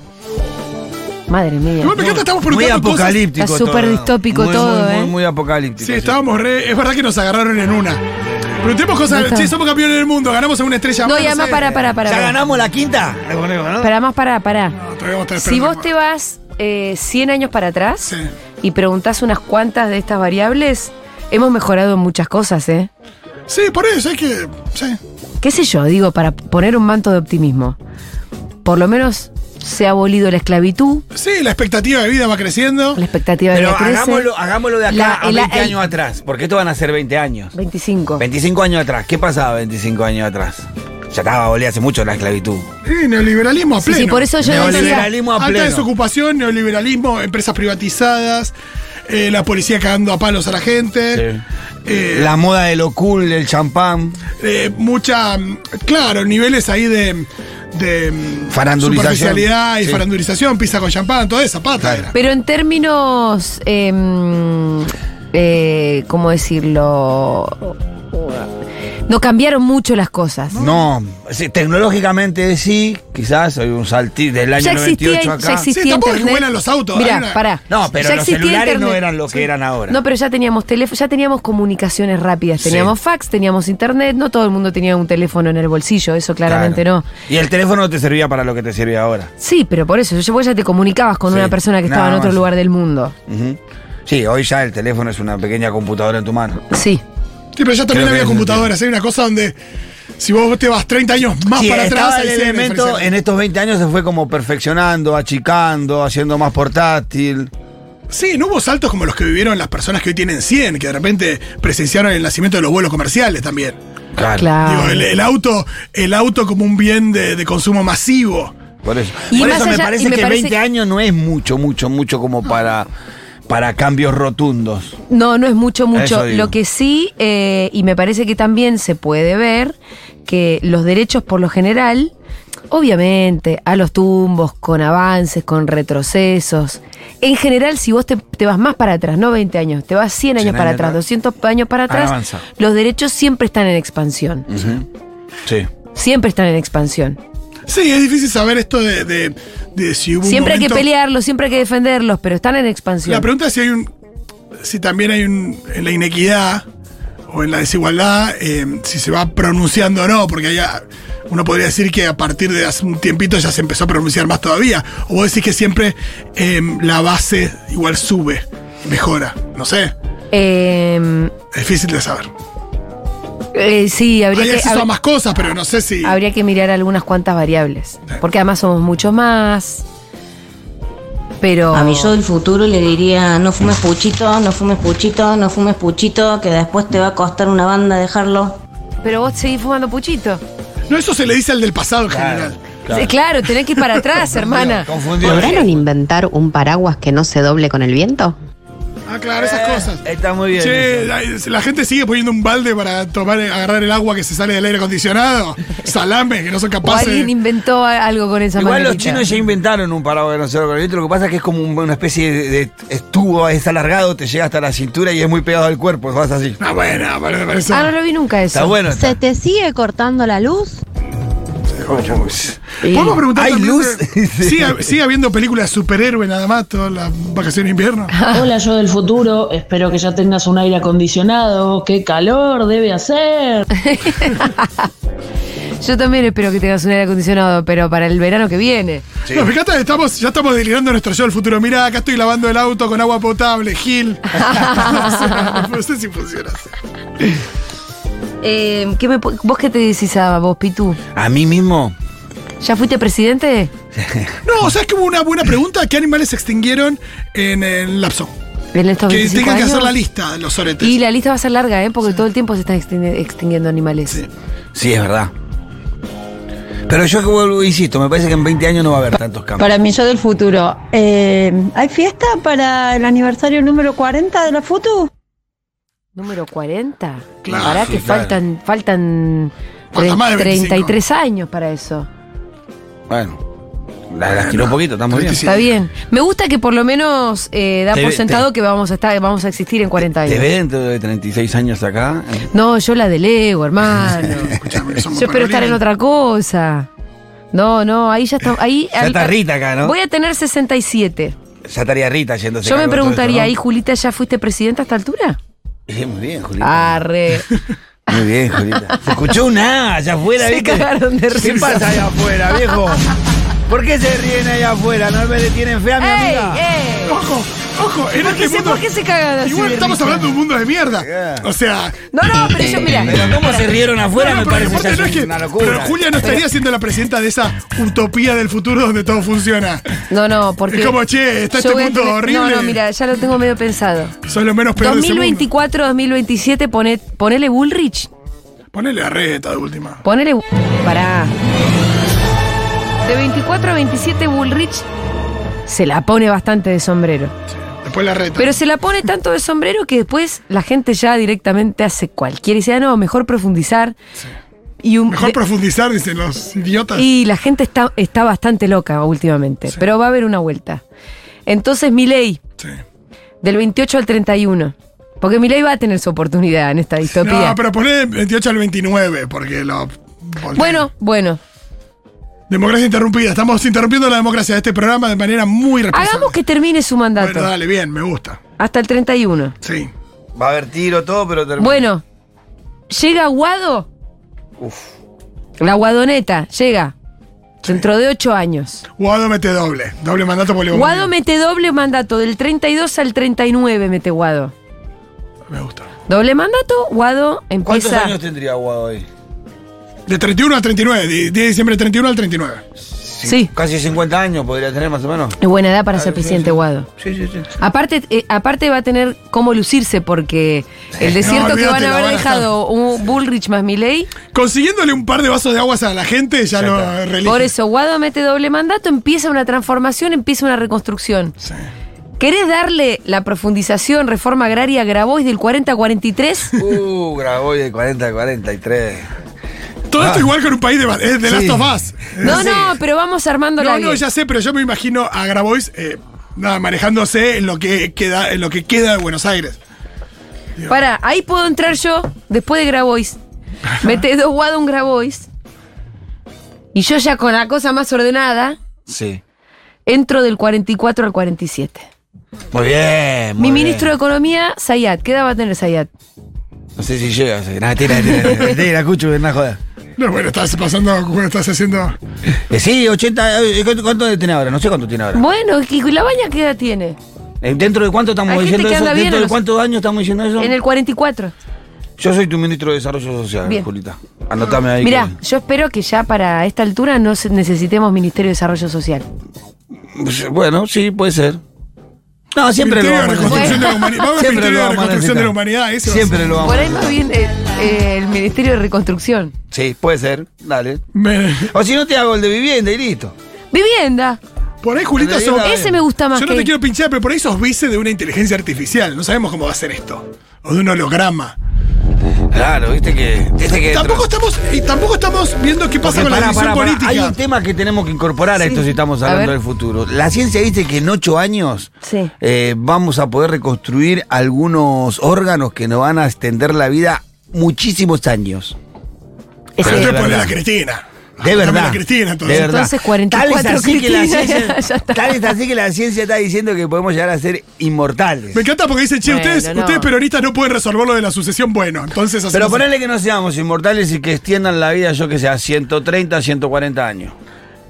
S2: Madre mía.
S1: Igual me encanta, estamos
S4: Muy
S1: preguntando cosas-
S4: apocalíptico.
S2: Está súper
S4: todo.
S2: distópico
S4: Muy,
S2: todo,
S4: muy,
S2: ¿eh?
S4: Muy, muy apocalíptico.
S1: Sí, estábamos re. Es verdad que nos agarraron en una. Preguntemos
S2: No
S1: cosas.
S2: está.
S1: Sí, somos campeones del mundo, ganamos en una estrella.
S2: No,
S1: más,
S2: y además,
S1: sé.
S2: para, para, para.
S4: ¿Ya ganamos la quinta? Le ponemos, ¿no?
S2: Para más, para, para.
S1: No, todavía vamos a estar
S2: Si
S1: esperando.
S2: vos te vas eh, 100 años para atrás
S1: Sí.
S2: y preguntás unas cuantas de estas variables, hemos mejorado en muchas cosas, ¿eh?
S1: Sí, por eso es que. Sí.
S2: qué sé yo, digo, para poner un manto de optimismo. Por lo menos se ha abolido la esclavitud,
S1: Sí, la expectativa de vida va creciendo.
S2: la expectativa de
S4: Pero
S2: vida crece.
S4: hagámoslo, hagámoslo de acá
S2: La-
S4: a
S2: el-
S4: 20
S2: el-
S4: años atrás, porque esto van a ser 20 años.
S2: 25.
S4: 25 años atrás. ¿Qué pasaba 25 años atrás? Ya estaba abolida hace mucho la esclavitud.
S1: Sí, neoliberalismo a
S2: Sí,
S1: pleno.
S2: sí, por eso yo decía,
S4: Neoliberalismo a
S1: Alta
S4: pleno.
S1: desocupación, neoliberalismo, empresas privatizadas, eh, la policía cagando a palos a la gente.
S4: Sí.
S1: eh,
S4: La moda de lo cool, el champán.
S1: eh, mucha. mm, Claro, niveles ahí de. de mm,
S4: Farandulización.
S1: superficialidad y
S4: Sí.
S1: farandulización, pizza con champán, toda esa pata era.
S2: pero en términos, eh, eh, ¿cómo decirlo? No cambiaron mucho las cosas.
S4: No, sí, tecnológicamente sí, quizás soy un saltí del año
S2: Ya
S4: 98
S2: existía,
S4: acá.
S2: ya existía
S1: Sí, tampoco es que
S2: internet.
S1: vuelan los autos,
S2: Mirá,
S1: hay una-
S2: pará.
S4: No, pero
S2: Ya
S4: los
S2: existía
S4: celulares no
S2: internet.
S4: eran lo que eran ahora.
S2: No, pero ya teníamos teléfono, ya teníamos comunicaciones rápidas, teníamos
S4: Sí.
S2: fax, teníamos internet, no todo el mundo tenía un teléfono en el bolsillo, eso claramente
S4: Claro.
S2: no.
S4: Y el teléfono te servía para lo que te sirve ahora.
S2: Sí, pero por eso, yo vos ya te comunicabas con
S4: Sí,
S2: una persona que estaba en
S4: nada
S2: otro
S4: más.
S2: lugar del mundo.
S4: Ujú. Sí, hoy ya el teléfono es una pequeña computadora en tu mano.
S2: Sí.
S1: Sí, pero ya también
S4: Creo que
S1: había
S4: es
S1: computadoras. Hay una cosa donde si vos te vas 30 años más
S4: Sí,
S1: para
S4: estaba
S1: atrás, ahí
S4: el
S1: sí hay una
S4: elemento
S1: diferencia.
S4: en estos 20 años se fue como perfeccionando, achicando, haciendo más portátil.
S1: Sí, no hubo saltos como los que vivieron las personas que hoy tienen 100, que de repente presenciaron el nacimiento de los vuelos comerciales también.
S4: Claro.
S2: Claro.
S1: Digo, el, el auto, el auto como un bien de, de consumo masivo.
S4: Por eso,
S2: Y
S4: Por
S2: más
S4: eso me
S2: allá-
S4: parece
S2: y me
S4: que
S2: parece-
S4: 20 años no es mucho, mucho, mucho como para, para cambios rotundos.
S2: No, no es mucho, mucho.
S4: Eso digo.
S2: Lo que sí, eh, y me parece que también se puede ver que los derechos por lo general, obviamente, a los tumbos, con avances, con retrocesos. En general, si vos te, te vas más para atrás, no 20 años, te vas 100 años
S4: 100
S2: para
S4: años
S2: atrás,
S4: atrás.
S2: 200 años para
S4: Han
S2: atrás,
S4: avanzado.
S2: los derechos siempre están en expansión.
S4: Mm. Sí.
S2: Siempre están en expansión.
S1: Sí, es difícil saber esto de, de- de si hubo un
S2: Siempre hay que
S1: momento-
S2: pelearlos, siempre hay que defenderlos, pero están en expansión.
S1: La pregunta es si hay un. si también hay un. en la inequidad o en la desigualdad, eh, si se va pronunciando o no, porque allá uno podría decir que a partir de hace un tiempito ya se empezó a pronunciar más todavía. O vos decís que siempre eh, la base igual sube, mejora. No sé.
S2: Eh,
S1: Es difícil de saber.
S2: eh, sí, habría
S1: Hay
S2: que.
S1: acceso
S2: hab-
S1: a más cosas, pero no sé si.
S2: Habría que mirar algunas cuantas variables. Porque además somos muchos más. Pero.
S14: A mi yo del futuro le diría, no fumes puchito, no fumes puchito, no fumes puchito, que después te va a costar una banda dejarlo.
S2: Pero vos seguís fumando puchito.
S1: No, eso se le dice al del pasado en
S4: Claro.
S1: general.
S2: Sí, Claro, tenés que ir para atrás, <laughs> hermana.
S4: Confundido.
S12: ¿Lograron inventar un paraguas que no se doble con el viento?
S1: Ah, claro, esas
S4: Eh,
S1: cosas.
S4: Está muy bien.
S1: Che,
S4: eso.
S1: la, la gente sigue poniendo un balde para tomar, agarrar el agua que se sale del aire
S2: <laughs>
S1: acondicionado. Salame, que no son
S2: O
S1: capaces. de-
S2: alguien inventó a- algo con esa
S4: Igual los
S2: maderita.
S4: chinos ya inventaron un paraguas de nosotros con el litro, Lo que pasa es que es como un- una especie de, de estubo, es alargado, te llega hasta la cintura y es muy pegado al cuerpo. Vas así.
S1: Ah, bueno, pero me parece.
S2: Ah, no lo vi nunca eso.
S4: Está bueno, está.
S15: ¿Se te sigue cortando la luz?
S1: ¿Podemos preguntar
S4: ¿Hay
S1: también
S4: luz?
S1: de- sigue, sigue habiendo películas de superhéroes nada más todas las vacaciones de
S2: <laughs>
S1: invierno.
S16: Hola yo del futuro, espero que ya tengas un aire acondicionado, qué calor debe hacer.
S2: Yo también espero que tengas un aire acondicionado, pero para el verano que viene.
S1: No, fíjate, estamos, ya estamos delirando nuestro yo del futuro. Mirá, acá estoy lavando el auto con agua potable,
S2: <laughs>
S1: Gil. <laughs> no, sé, no sé si funciona.
S2: Eh, ¿qué me po- ¿Vos qué te decís a vos, Pitu?
S4: A mí mismo.
S2: ¿Ya fuiste presidente?
S1: No, ¿sabes que hubo una buena pregunta? ¿Qué animales se extinguieron en el lapso?
S2: En estos
S1: Que
S2: 25
S1: tengan que
S2: años?
S1: hacer la lista de los soretes.
S2: Y la lista va a ser larga, ¿eh? Porque todo el tiempo se están extin- extinguiendo animales.
S4: Sí, es verdad. Pero yo que vuelvo, insisto, me parece que en 20 años no va a haber tantos cambios.
S15: Para mí, yo del futuro. eh, ¿Hay fiesta para el aniversario número 40 de la FUTU?
S2: Número 40.
S15: Claro,
S2: Pará
S15: sí,
S2: que
S15: claro.
S2: faltan, faltan
S4: Falta
S2: tre-
S4: más de 25.
S2: 33 años para eso.
S4: Bueno, la, las tiró un poquito, estamos bien.
S2: Está bien. Me gusta que por lo menos eh, da
S4: Te
S2: por
S4: ve-
S2: sentado que vamos a estar, vamos a existir en 40
S4: Te
S2: años.
S4: ve dentro de 36 años acá. eh.
S2: No, yo la delego,
S4: <laughs>
S2: hermano. yo espero estar en otra cosa. No, no, ahí ya está. Ahí,
S4: Ya
S2: ahí-
S4: está Rita acá, ¿no?
S2: Voy a tener 67.
S4: Ya estaría Rita yéndose.
S2: yo me
S4: cargo de todo
S2: preguntaría, ¿y
S4: esto,
S2: Julita ya fuiste presidenta a esta altura?
S4: ¿no? Eh, Muy bien, Julita.
S2: Arre.
S4: Muy bien, Julita. Se escuchó un ah allá afuera,
S2: Se
S4: ¿viste?
S2: cagaron de
S4: ¿Qué
S2: risa.
S4: pasa allá afuera, viejo? ¿Por qué se ríen allá afuera? ¿No me le tienen fe a mi
S2: ¡Ey,
S4: <laughs> amiga?
S2: ey!
S1: Ojo, ojo, en
S2: ¿Por
S1: este
S2: qué se-
S1: mundo-
S2: por qué se cagan así
S1: Igual
S2: de
S1: estamos
S2: risa?
S1: hablando de un mundo de mierda. O sea.
S2: No, no, pero yo, mira.
S4: Pero cómo se rieron afuera
S1: No, no,
S4: me
S1: porque
S4: parece
S1: aparte
S4: ya
S1: no es que-
S4: una locura.
S1: Pero Julia no estaría siendo la presidenta de esa utopía del futuro donde todo funciona.
S2: No, no, porque.
S1: Es como, che, está
S2: yo
S1: este
S2: voy a
S1: mundo
S2: tener-
S1: horrible.
S2: No, no, mira, ya lo tengo medio pensado.
S1: Son los menos peores del mundo.
S2: 2024, 2027, pone- ponele Bullrich.
S1: Ponele a reta de última.
S2: Ponele. Pará. De 24 a 27, Bullrich se la pone bastante de sombrero.
S1: Después la reta.
S2: Pero se la pone tanto de sombrero que después la gente ya directamente hace cualquier. Y dice, ah, no, mejor profundizar. Y un,
S1: Mejor
S2: de-
S1: profundizar, dicen los idiotas.
S2: Y la gente está, está bastante loca últimamente, pero va a haber una vuelta. Entonces, mi ley, del 28 al 31, porque mi ley va a tener su oportunidad en esta distopía.
S1: No, pero poné 28 al 29, porque lo.
S2: Bueno, bueno,
S1: Democracia interrumpida. Estamos interrumpiendo la democracia de este programa de manera muy responsable.
S2: hagamos que termine su mandato.
S1: Bueno, dale, bien, me gusta.
S2: Hasta el 31.
S1: Sí.
S4: Va a haber tiro, todo, pero termina.
S2: Bueno, llega Guado.
S4: Uf.
S2: La Guadoneta llega dentro de ocho años.
S1: Guado mete doble. Doble mandato por
S2: Guado mete doble mandato, del 32 al 39 mete Guado.
S1: Me gusta.
S2: Doble mandato, Guado
S4: ¿Cuántos
S2: empieza...
S4: años tendría Guado hoy?
S1: De 31 al 39. de- 10 de diciembre 31 al 39.
S2: Sí.
S4: Casi 50 años podría tener más o menos.
S2: Es buena edad para ser presidente Guado.
S4: Sí, sí, sí.
S2: Aparte, eh, aparte va a tener cómo lucirse porque el desierto
S1: No,
S2: que van
S1: olvídate,
S2: a
S1: la
S2: haber
S1: van a
S2: dejado un Bullrich más Milei.
S1: Consiguiéndole un par de vasos de aguas a la gente, ya lo relige.
S2: Por eso Guado mete doble mandato, empieza una transformación, empieza una reconstrucción. ¿Querés darle la profundización, reforma agraria, Grabois del 40
S1: <laughs>
S2: a 43?
S4: Uh, Grabois de 40 a 43.
S1: Todo esto
S4: Ah.
S1: igual con un país de, es de
S4: Sí.
S1: Last of Us.
S2: No, no, pero vamos armando la
S1: No, no, ya sé, pero yo me imagino a Grabois eh, nada, manejándose en lo que queda, en lo que queda de Buenos Aires.
S2: Para, ahí puedo entrar yo después de
S1: <laughs>
S2: Grabois. Mete dos Guado, un Grabois. Y yo ya con la cosa más ordenada,
S4: Sí.
S2: entro del 44 al 47.
S4: Muy bien. muy
S2: Mi
S4: bien.
S2: ministro de Economía, Sayat. ¿Qué edad va a tener Sayat?
S4: No sé si llega. sí. Nada, tira, tira, tira, tira, Cuchu, no jodas.
S1: No, bueno, estás pasando, bueno, estás haciendo.
S4: Eh, sí, 80. eh, ¿cuánto- ¿Cuánto tiene ahora? No sé cuánto tiene ahora.
S2: Bueno, ¿y la baña qué edad tiene?
S4: Eh, ¿Dentro de cuánto estamos
S2: Hay gente
S4: diciendo
S2: que
S4: eso?
S2: anda bien
S4: ¿Dentro
S2: en
S4: de
S2: los-
S4: cuántos años estamos diciendo eso?
S2: En el 44.
S4: Yo soy tu ministro de Desarrollo Social,
S2: Bien.
S4: Julita. Anotame ahí.
S2: Mirá, yo espero que ya para esta altura no se- necesitemos Ministerio de Desarrollo Social.
S4: que- Pues, Bueno, sí, puede ser. No, siempre lo
S1: Ministerio
S4: vamos a
S1: de Reconstrucción de la
S4: necesitar.
S1: Humanidad. Vamos al
S4: Siempre
S1: Ministerio
S4: lo
S1: de
S4: vamos a
S1: Reconstrucción de la
S4: necesitar.
S1: Humanidad. ese va a
S4: Siempre
S1: ser.
S4: lo vamos
S2: Por
S4: a
S2: ahí más bien eh, eh, el Ministerio de Reconstrucción.
S4: Sí, puede ser. Dale.
S1: Me-
S4: O si no, te hago el de vivienda y listo.
S2: Vivienda.
S1: Por ahí, Julita,
S2: Ese
S1: sos-
S2: me gusta más
S1: Yo no
S2: que-
S1: te quiero pinchar, pero por ahí sos vice de una inteligencia artificial. No sabemos cómo va a ser esto. O de un holograma.
S4: Claro, viste que. Viste que
S1: Tampoco estamos, y tampoco estamos viendo qué pasa
S4: Porque
S1: con la
S4: pará,
S1: división
S4: pará, pará.
S1: política.
S4: Hay un tema que tenemos que incorporar a esto si estamos
S1: A
S4: hablando
S1: ver.
S4: del futuro. La ciencia dice que en ocho años
S2: Sí.
S4: eh, vamos a poder reconstruir algunos órganos que nos van a extender la vida muchísimos años.
S1: Pero
S4: de
S1: no te pones
S4: verdad.
S1: la Cristina.
S4: De verdad.
S1: la Cristina, entonces.
S4: De verdad.
S2: Entonces,
S4: Tal
S2: 44
S4: es así que la
S2: Cristina,
S4: ciencia-
S2: <laughs> ya está.
S4: tal es así que la ciencia está diciendo que podemos llegar a ser inmortales.
S1: Me encanta porque dicen, che,
S4: Bueno,
S1: ustedes,
S4: no.
S1: ustedes peronistas no pueden resolver lo de la sucesión. Bueno, entonces
S4: Pero
S1: hacemos-
S4: ponerle que no seamos inmortales y que extiendan la vida, yo que sea, 130, 140 años.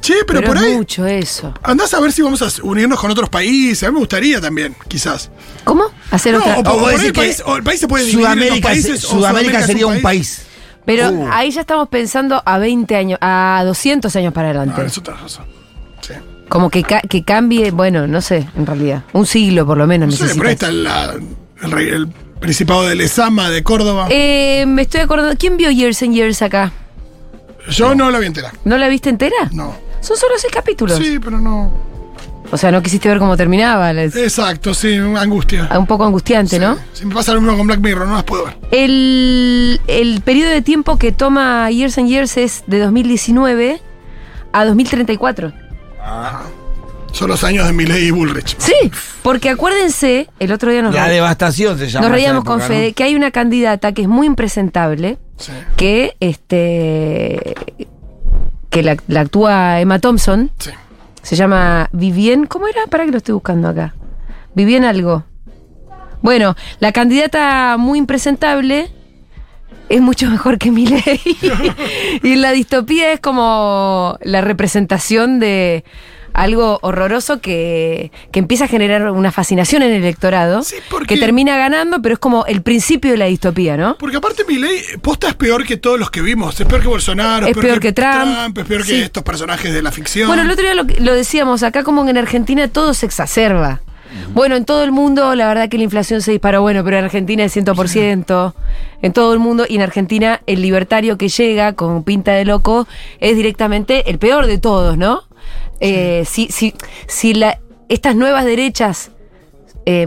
S1: Che, pero, por
S2: es
S1: ahí.
S2: mucho eso.
S1: Andás a ver si vamos a unirnos con otros países. A mí me gustaría también, quizás.
S2: ¿Cómo? Hacer
S1: No,
S2: otra.
S1: o por-
S4: Ah, vos
S1: por ahí
S4: decís
S1: el país-
S4: que
S1: o el país se puede dividir en dos
S4: Sudamérica se-
S1: países, o
S4: Sudamérica
S1: Sudamérica es
S4: sería
S1: un
S4: un país.
S2: Pero
S4: Uh.
S2: ahí ya estamos pensando a 20 años, a 200 años para adelante.
S1: Ah, eso tenés razón. Sí.
S2: Como que, ca- que cambie, bueno, no sé, en realidad. Un siglo por lo menos.
S1: No sé,
S2: necesitas.
S1: por ahí está la- el, rey- el Principado de Lezama, de Córdoba.
S2: Eh, me estoy acordando. ¿Quién vio Years and Years acá?
S1: Yo no la vi entera.
S2: ¿No la viste entera?
S1: No.
S2: Son solo seis capítulos.
S1: Sí, pero no.
S2: O sea, no quisiste ver cómo terminaba. les-
S1: Exacto, sí, angustia.
S2: Un poco angustiante, ¿no?
S1: Si me pasa lo mismo con Black Mirror, no las puedo ver.
S2: El, el periodo de tiempo que toma Years and Years es de 2019 a 2034.
S1: Son los años de Miley y Bullrich.
S2: Sí, porque acuérdense, el otro día nos,
S4: La
S2: re-
S4: devastación se llama.
S2: nos
S4: esa
S2: reíamos
S4: época,
S2: con
S4: ¿no?
S2: Fede que hay una candidata que es muy impresentable, que este que la, la actúa Emma Thompson.
S1: Sí.
S2: Se llama Vivien, ¿cómo era? Para que lo estoy buscando acá. Vivien algo. Bueno, la candidata muy impresentable es mucho mejor que Milei. <laughs> y la distopía es como la representación de algo horroroso que, que empieza a generar una fascinación en el electorado,
S1: porque-
S2: que termina ganando, pero es como el principio de la distopía, ¿no?
S1: Porque aparte Miley, posta es peor que todos los que vimos. Es peor que Bolsonaro,
S2: Es peor que Trump.
S1: es peor que
S2: Sí.
S1: estos personajes de la ficción.
S2: Bueno, el otro día lo, lo decíamos, acá como en Argentina todo se exacerba. Bueno, en todo el mundo la verdad que la inflación se disparó, bueno, pero en Argentina es 100%, en todo el mundo, y en Argentina el libertario que llega con pinta de loco es directamente el peor de todos, ¿no? Eh, si si, si la, estas nuevas derechas eh,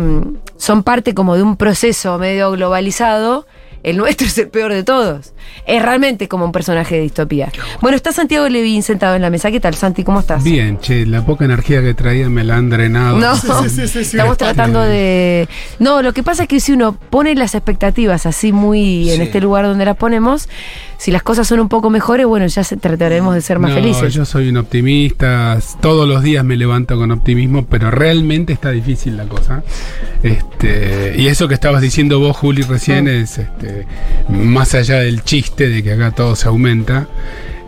S2: son parte como de un proceso medio globalizado, el nuestro <laughs> es el peor de todos. Es realmente como un personaje de distopía. Bueno, está Santiago Levín sentado en la mesa. ¿Qué tal, Santi? ¿Cómo estás?
S17: Bien, che, la poca energía que traía me la han drenado.
S2: No, <laughs> estamos
S17: Este,
S2: tratando de... No, lo que pasa es que si uno pone las expectativas así muy en
S17: Sí.
S2: este lugar donde las ponemos, si las cosas son un poco mejores, bueno, ya se- trataremos de ser más
S17: No,
S2: felices.
S17: Yo soy un optimista, todos los días me levanto con optimismo, pero realmente está difícil la cosa. Este, y eso que estabas diciendo vos, Juli, recién es este, más allá del chiste de que acá todo se aumenta.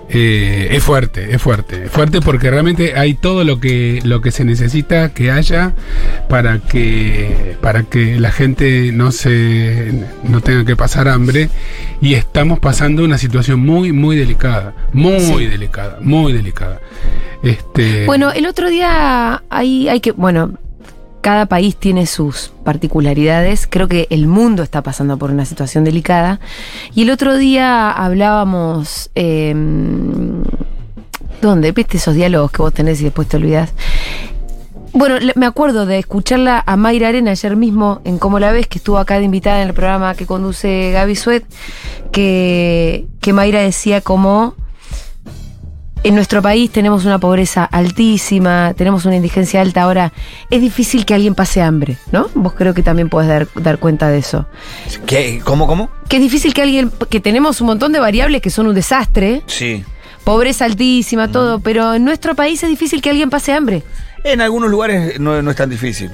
S17: eh, es fuerte, es fuerte, es fuerte porque realmente hay todo lo que lo que se necesita que haya para que para que la gente no se no tenga que pasar hambre y estamos pasando una situación muy muy delicada, muy
S2: Sí.
S17: delicada, muy delicada. Este,
S2: Bueno, el otro día hay, hay que, bueno, cada país tiene sus particularidades. Creo que el mundo está pasando por una situación delicada. Y el otro día hablábamos, eh, ¿dónde? ¿Viste esos diálogos que vos tenés y después te olvidás? Bueno, le- me acuerdo de escucharla a Mayra Arena ayer mismo en Como la ves, que estuvo acá de invitada en el programa que conduce Gaby Suet, que, que Mayra decía como... En nuestro país tenemos una pobreza altísima, tenemos una indigencia alta. Ahora, es difícil que alguien pase hambre, ¿no? Vos creo que también podés dar, dar cuenta de eso.
S4: ¿Qué? ¿Cómo, cómo?
S2: Que es difícil que alguien, que tenemos un montón de variables que son un desastre,
S4: Sí.
S2: pobreza altísima, todo, pero en nuestro país es difícil que alguien pase hambre.
S4: En algunos lugares no, no es tan difícil.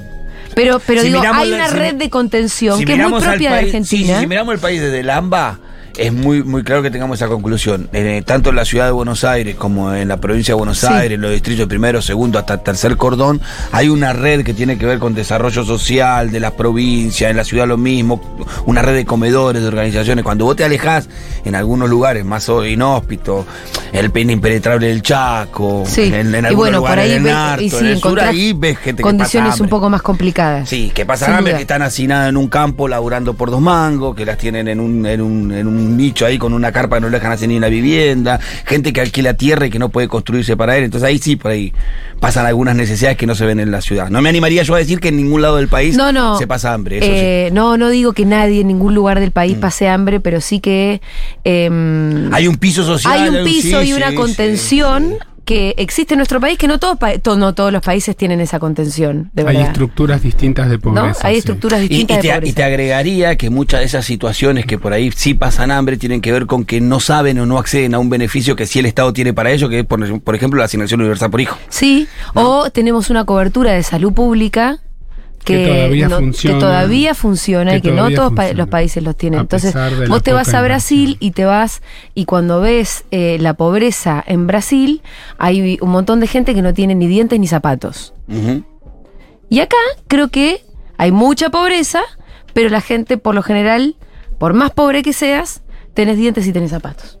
S2: Pero, pero
S4: Si
S2: digo,
S4: miramos
S2: hay
S4: la-
S2: una
S4: si mi-
S2: red de contención
S4: Si
S2: que es muy
S4: miramos al
S2: propia de
S4: país- sí,
S2: Argentina.
S4: sí, si miramos el país desde el AMBA, es muy, muy claro que tengamos esa conclusión. Eh, tanto en la ciudad de Buenos Aires como en la provincia de Buenos
S2: Sí.
S4: Aires, en los distritos primero, segundo, hasta tercer cordón, hay una red que tiene que ver con desarrollo social de las provincias, en la ciudad lo mismo, una red de comedores, de organizaciones. Cuando vos te alejás en algunos lugares más o- inhóspitos, el pene impenetrable del Chaco,
S2: Sí.
S4: en, en
S2: Y
S4: algunos
S2: bueno, por
S4: lugares
S2: ahí
S4: del
S2: ves- y
S4: norte,
S2: sí,
S4: en el sur,
S2: encontrás
S4: ahí ves gente que
S2: Condiciones
S4: pasa
S2: un
S4: hambre.
S2: poco más complicadas.
S4: Sí, que pasan
S2: Sin
S4: hambre,
S2: duda.
S4: que están hacinadas en un campo laburando por dos mangos, que las tienen en un, en un, en un nicho ahí con una carpa que no le dejan hacer ni una vivienda, gente que alquila tierra y que no puede construirse para él. Entonces ahí sí, por ahí pasan algunas necesidades que no se ven en la ciudad. No me animaría yo a decir que en ningún lado del país
S2: No, no.
S4: se pasa hambre. Eso sí. Mm.
S2: Eh, No, no digo que nadie en ningún lugar del país pase hambre, pero sí que em,
S4: Hay un piso social.
S2: hay un piso
S4: sí,
S2: y una
S4: sí,
S2: contención que existe en nuestro país que no todos pa- to- no todos los países tienen esa contención, de
S17: Hay
S2: verdad.
S17: estructuras distintas de pobreza.
S2: Hay
S17: sí.
S2: estructuras
S4: Y- Y,
S2: distintas de
S4: te,
S2: pobreza.
S4: y te agregaría que muchas de esas situaciones que por ahí sí pasan hambre tienen que ver con que no saben o no acceden a un beneficio que sí el Estado tiene para ellos, que es, por, por ejemplo, la asignación universal por hijo.
S2: Sí, o tenemos una cobertura de salud pública que,
S17: Que todavía
S2: no- que
S17: funciona.
S2: todavía funciona
S17: Que
S2: y que no
S17: todavía
S2: todos pa-
S17: funciona.
S2: los países los tienen.
S17: A
S2: Entonces,
S17: pesar de la
S2: vos te
S17: poca
S2: vas a Brasil y te vas, y cuando ves eh, la pobreza en Brasil, hay un montón de gente que no tiene ni dientes ni zapatos. Y acá creo que hay mucha pobreza, pero la gente, por lo general, por más pobre que seas, tenés dientes y tenés zapatos.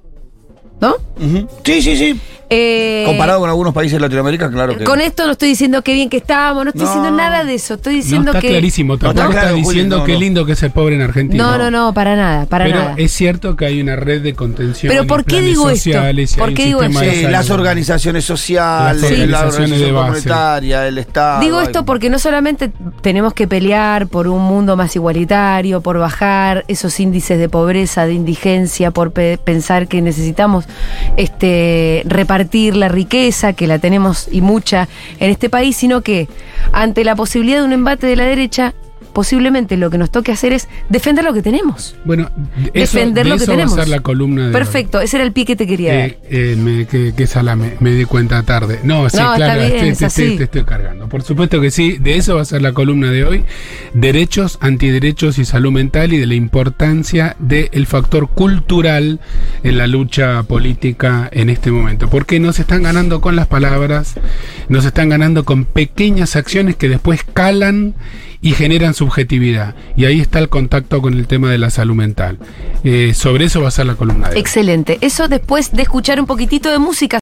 S2: ¿No?
S4: Ujú. Sí, sí, sí.
S2: Eh,
S4: Comparado con algunos países de Latinoamérica, claro que.
S2: con esto no estoy diciendo qué bien que estábamos, no estoy
S4: No.
S2: diciendo nada de eso, estoy
S17: No,
S2: diciendo
S17: está
S2: que.
S17: clarísimo.
S4: está
S17: Tampoco
S4: claro,
S17: estás
S4: Juli,
S17: diciendo
S4: no,
S17: qué
S4: no.
S17: lindo que es el pobre en
S2: No,
S17: Argentina.
S2: no, no, para nada, para
S17: Pero
S2: nada.
S17: es cierto que hay una red de contención.
S2: Pero
S17: y
S2: ¿por qué
S17: planes
S2: digo esto?
S17: sociales y
S2: ¿Por
S17: hay un
S2: qué digo
S17: sistema
S2: esto?
S17: de
S4: Sí,
S17: salud.
S4: las organizaciones sociales,
S17: Las
S4: la
S17: organizaciones de
S4: organización
S17: base.
S4: comunitaria, el
S17: Ah,
S4: Estado.
S2: Digo esto porque no solamente tenemos que pelear por un mundo más igualitario, por bajar esos índices de pobreza, de indigencia, por pe- pensar que necesitamos este, repartir la riqueza, que la tenemos y mucha en este país, sino que ante la posibilidad de un embate de la derecha, posiblemente lo que nos toque hacer es defender lo que tenemos.
S17: Bueno, de eso,
S2: defender
S17: de
S2: lo que
S17: eso
S2: tenemos.
S17: va a ser la columna de hoy.
S2: Perfecto, ese era el pie que te quería dar.
S17: Eh, eh, me, que, que salame, me di cuenta tarde. No, sí,
S2: No, está
S17: claro, este,
S2: bien,
S17: te- te-
S2: es
S17: te-
S2: así.
S17: te estoy cargando. Por supuesto que sí, de eso va a ser la columna de hoy. Derechos, antiderechos y salud mental y de la importancia del factor cultural en la lucha política en este momento. Porque nos están ganando con las palabras, nos están ganando con pequeñas acciones que después calan y generan subjetividad. Y ahí está el contacto con el tema de la salud mental. Eh, sobre eso va a ser la columna de hoy.
S2: Excelente. Eso después de escuchar un poquitito de música.